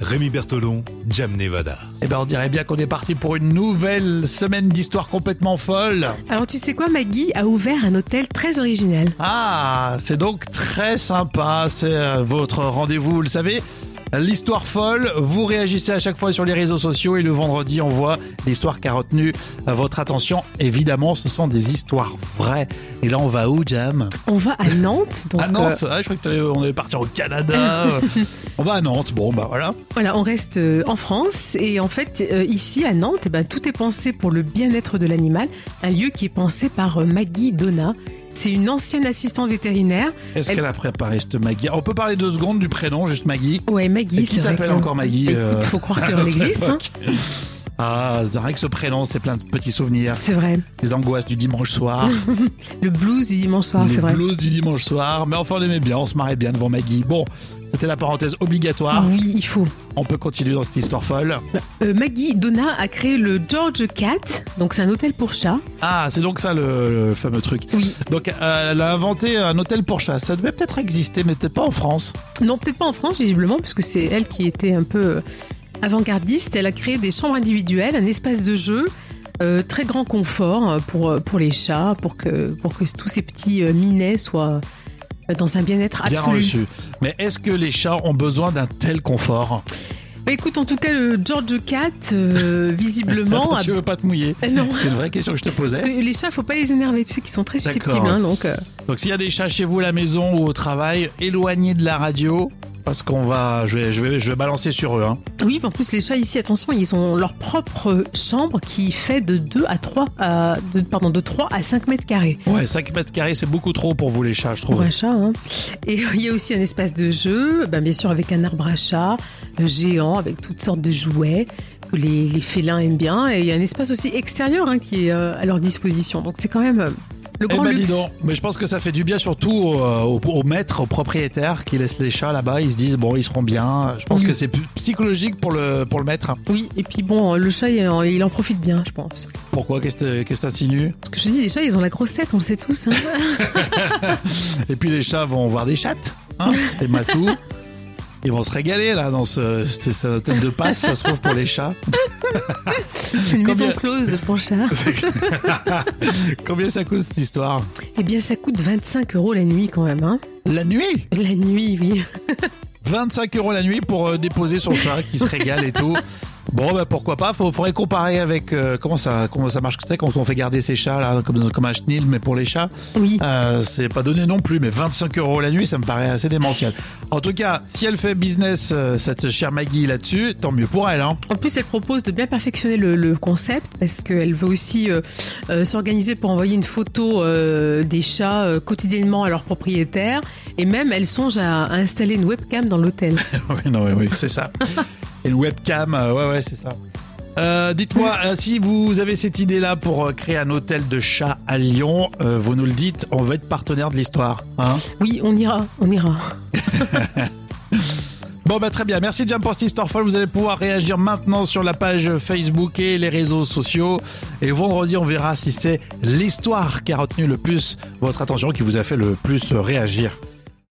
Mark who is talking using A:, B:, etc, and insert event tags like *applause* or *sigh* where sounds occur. A: Rémi Bertolon, Jam Nevada.
B: Eh ben, on dirait bien qu'on est parti pour une nouvelle semaine d'histoires complètement folles.
C: Alors tu sais quoi, Maggie a ouvert un hôtel très original.
B: Ah, c'est donc très sympa. C'est euh, votre rendez-vous, vous le savez. L'histoire folle, vous réagissez à chaque fois sur les réseaux sociaux et le vendredi on voit l'histoire qui a retenu euh, votre attention. Évidemment, ce sont des histoires vraies. Et là on va où, Jam
C: On va à Nantes. Donc,
B: À Nantes
C: euh,
B: Ah, Je crois que t'allais- on allait partir au Canada. *laughs* on va à Nantes. Bon, bah voilà.
C: voilà, on reste euh, en France et en fait euh, ici à Nantes, eh ben, tout est pensé pour le bien-être de l'animal. Un lieu qui est pensé par euh, Maggie Donna. C'est une ancienne assistante vétérinaire.
B: Est-ce
C: Elle-
B: qu'elle a préparé cette Maggie On peut parler deux secondes du prénom, juste Maggie.
C: Ouais, Maggie.
B: Et qui
C: c'est vrai
B: s'appelle
C: qu'on-
B: encore Maggie,
C: Écoute,
B: euh, *laughs*
C: faut croire
B: à
C: qu'elle
B: notre
C: existe. hein.
B: époque Ah, c'est vrai que ce prénom, c'est plein de petits souvenirs.
C: C'est vrai.
B: Les angoisses du dimanche
C: *laughs*
B: soir,
C: Le blues du dimanche soir,
B: les
C: c'est vrai.
B: blues du dimanche soir. Mais enfin, on aimait bien, on se marrait bien devant Maggie. Bon, c'était la parenthèse obligatoire.
C: Oui, il faut.
B: On peut continuer dans cette histoire folle.
C: Euh, Maggie Donna a créé le George Cat, donc c'est un hôtel pour chat.
B: Ah, c'est donc ça le, le fameux truc.
C: Oui.
B: Donc, euh, elle a inventé un hôtel pour chat. Ça devait peut-être exister, mais peut-être pas en France.
C: Non, peut-être pas en France, visiblement, puisque c'est elle qui était un peu euh, avant-gardiste. Elle a créé des chambres individuelles, un espace de jeu, euh, très grand confort euh, pour, euh, pour les chats, pour que, pour que tous ces petits euh, minets soient euh, dans un bien-être
B: Bien
C: absolu.
B: reçu. Mais est-ce que les chats ont besoin d'un tel confort
C: Bah, écoute, en tout cas, le George Cat,
B: *laughs*
C: euh, visiblement...
B: Attends,
C: a-
B: Tu veux pas te mouiller
C: Euh, *laughs* non.
B: C'est une vraie question que je te posais.
C: Parce que les chats, faut pas les énerver, tu sais qu'ils sont très
B: D'accord.
C: susceptibles. hein, donc, euh,
B: Donc s'il y a des chats chez vous à la maison ou au travail, éloignez de la radio parce qu'on va, je vais, je vais, je vais balancer sur eux. hein.
C: Oui, en plus les chats ici, attention, ils ont leur propre chambre qui fait de 2 à 3 à, de, pardon, de 3 à 5 mètres carrés.
B: Ouais, 5 mètres carrés, c'est beaucoup trop pour vous les chats, je trouve.
C: Pour un chat, hein. Et *laughs* il y a aussi un espace de jeu, ben, bien sûr avec un arbre à chat euh, géant, avec toutes sortes de jouets que les, les félins aiment bien. Et il y a un espace aussi extérieur hein, qui est euh, à leur disposition. Donc c'est quand même euh, le
B: Eh
C: grand
B: ben, dis
C: luxe.
B: donc. mais je pense que ça fait du bien surtout euh, aux, aux maîtres, aux propriétaires qui laissent les chats là-bas. Ils se disent bon, ils seront bien. Je pense
C: Oui.
B: que c'est plus psychologique pour le pour le maître.
C: Oui, et puis bon, le chat, il en, il en profite bien, je pense.
B: Pourquoi Qu'est-ce que qu'est-ce que t'insinues
C: Parce que je dis, les chats, ils ont la grosse tête, on le
B: *laughs*
C: sait tous. hein.
B: Et puis les chats vont voir des chattes,
C: *laughs*
B: hein, des matous. Ils vont se régaler là dans ce, c'est c'est un hôtel de passe, ça se trouve pour les
C: *laughs*
B: chats.
C: C'est une maison
B: Combien-
C: close pour chat.
B: Combien ça coûte cette histoire
C: Eh bien, ça coûte 25 euros la nuit quand même. Hein.
B: La nuit
C: La nuit, oui.
B: 25 euros la nuit pour euh, déposer son chat qui se régale et tout. Bon, bah pourquoi pas, faut, faudrait comparer avec euh, comment ça comment ça marche, tu sais, quand on fait garder ses chats là, comme, comme un chenil, mais pour les chats,
C: Oui.
B: euh, c'est pas donné non plus, mais 25 euros la nuit, ça me paraît assez démentiel. En tout cas, si elle fait business, euh, cette chère Maggie là-dessus, tant mieux pour elle. Hein.
C: En plus, elle propose de bien perfectionner le, le concept parce qu'elle veut aussi euh, euh, s'organiser pour envoyer une photo euh, des chats euh, quotidiennement à leurs propriétaires. Et même, elle songe à, à installer une webcam dans l'hôtel.
B: *laughs* oui, non, oui, oui, c'est ça. Et le webcam, euh, ouais, ouais, c'est ça. Euh, Dites-moi, euh, si vous avez cette idée-là pour euh, créer un hôtel de chat à Lyon, euh, vous nous le dites, on veut être partenaire de l'histoire. Hein
C: Oui, on ira, on ira.
B: Bon bah très bien, merci Jam pour cette histoire folle. Vous allez pouvoir réagir maintenant sur la page Facebook et les réseaux sociaux. Et vendredi, on verra si c'est l'histoire qui a retenu le plus votre attention, qui vous a fait le plus réagir.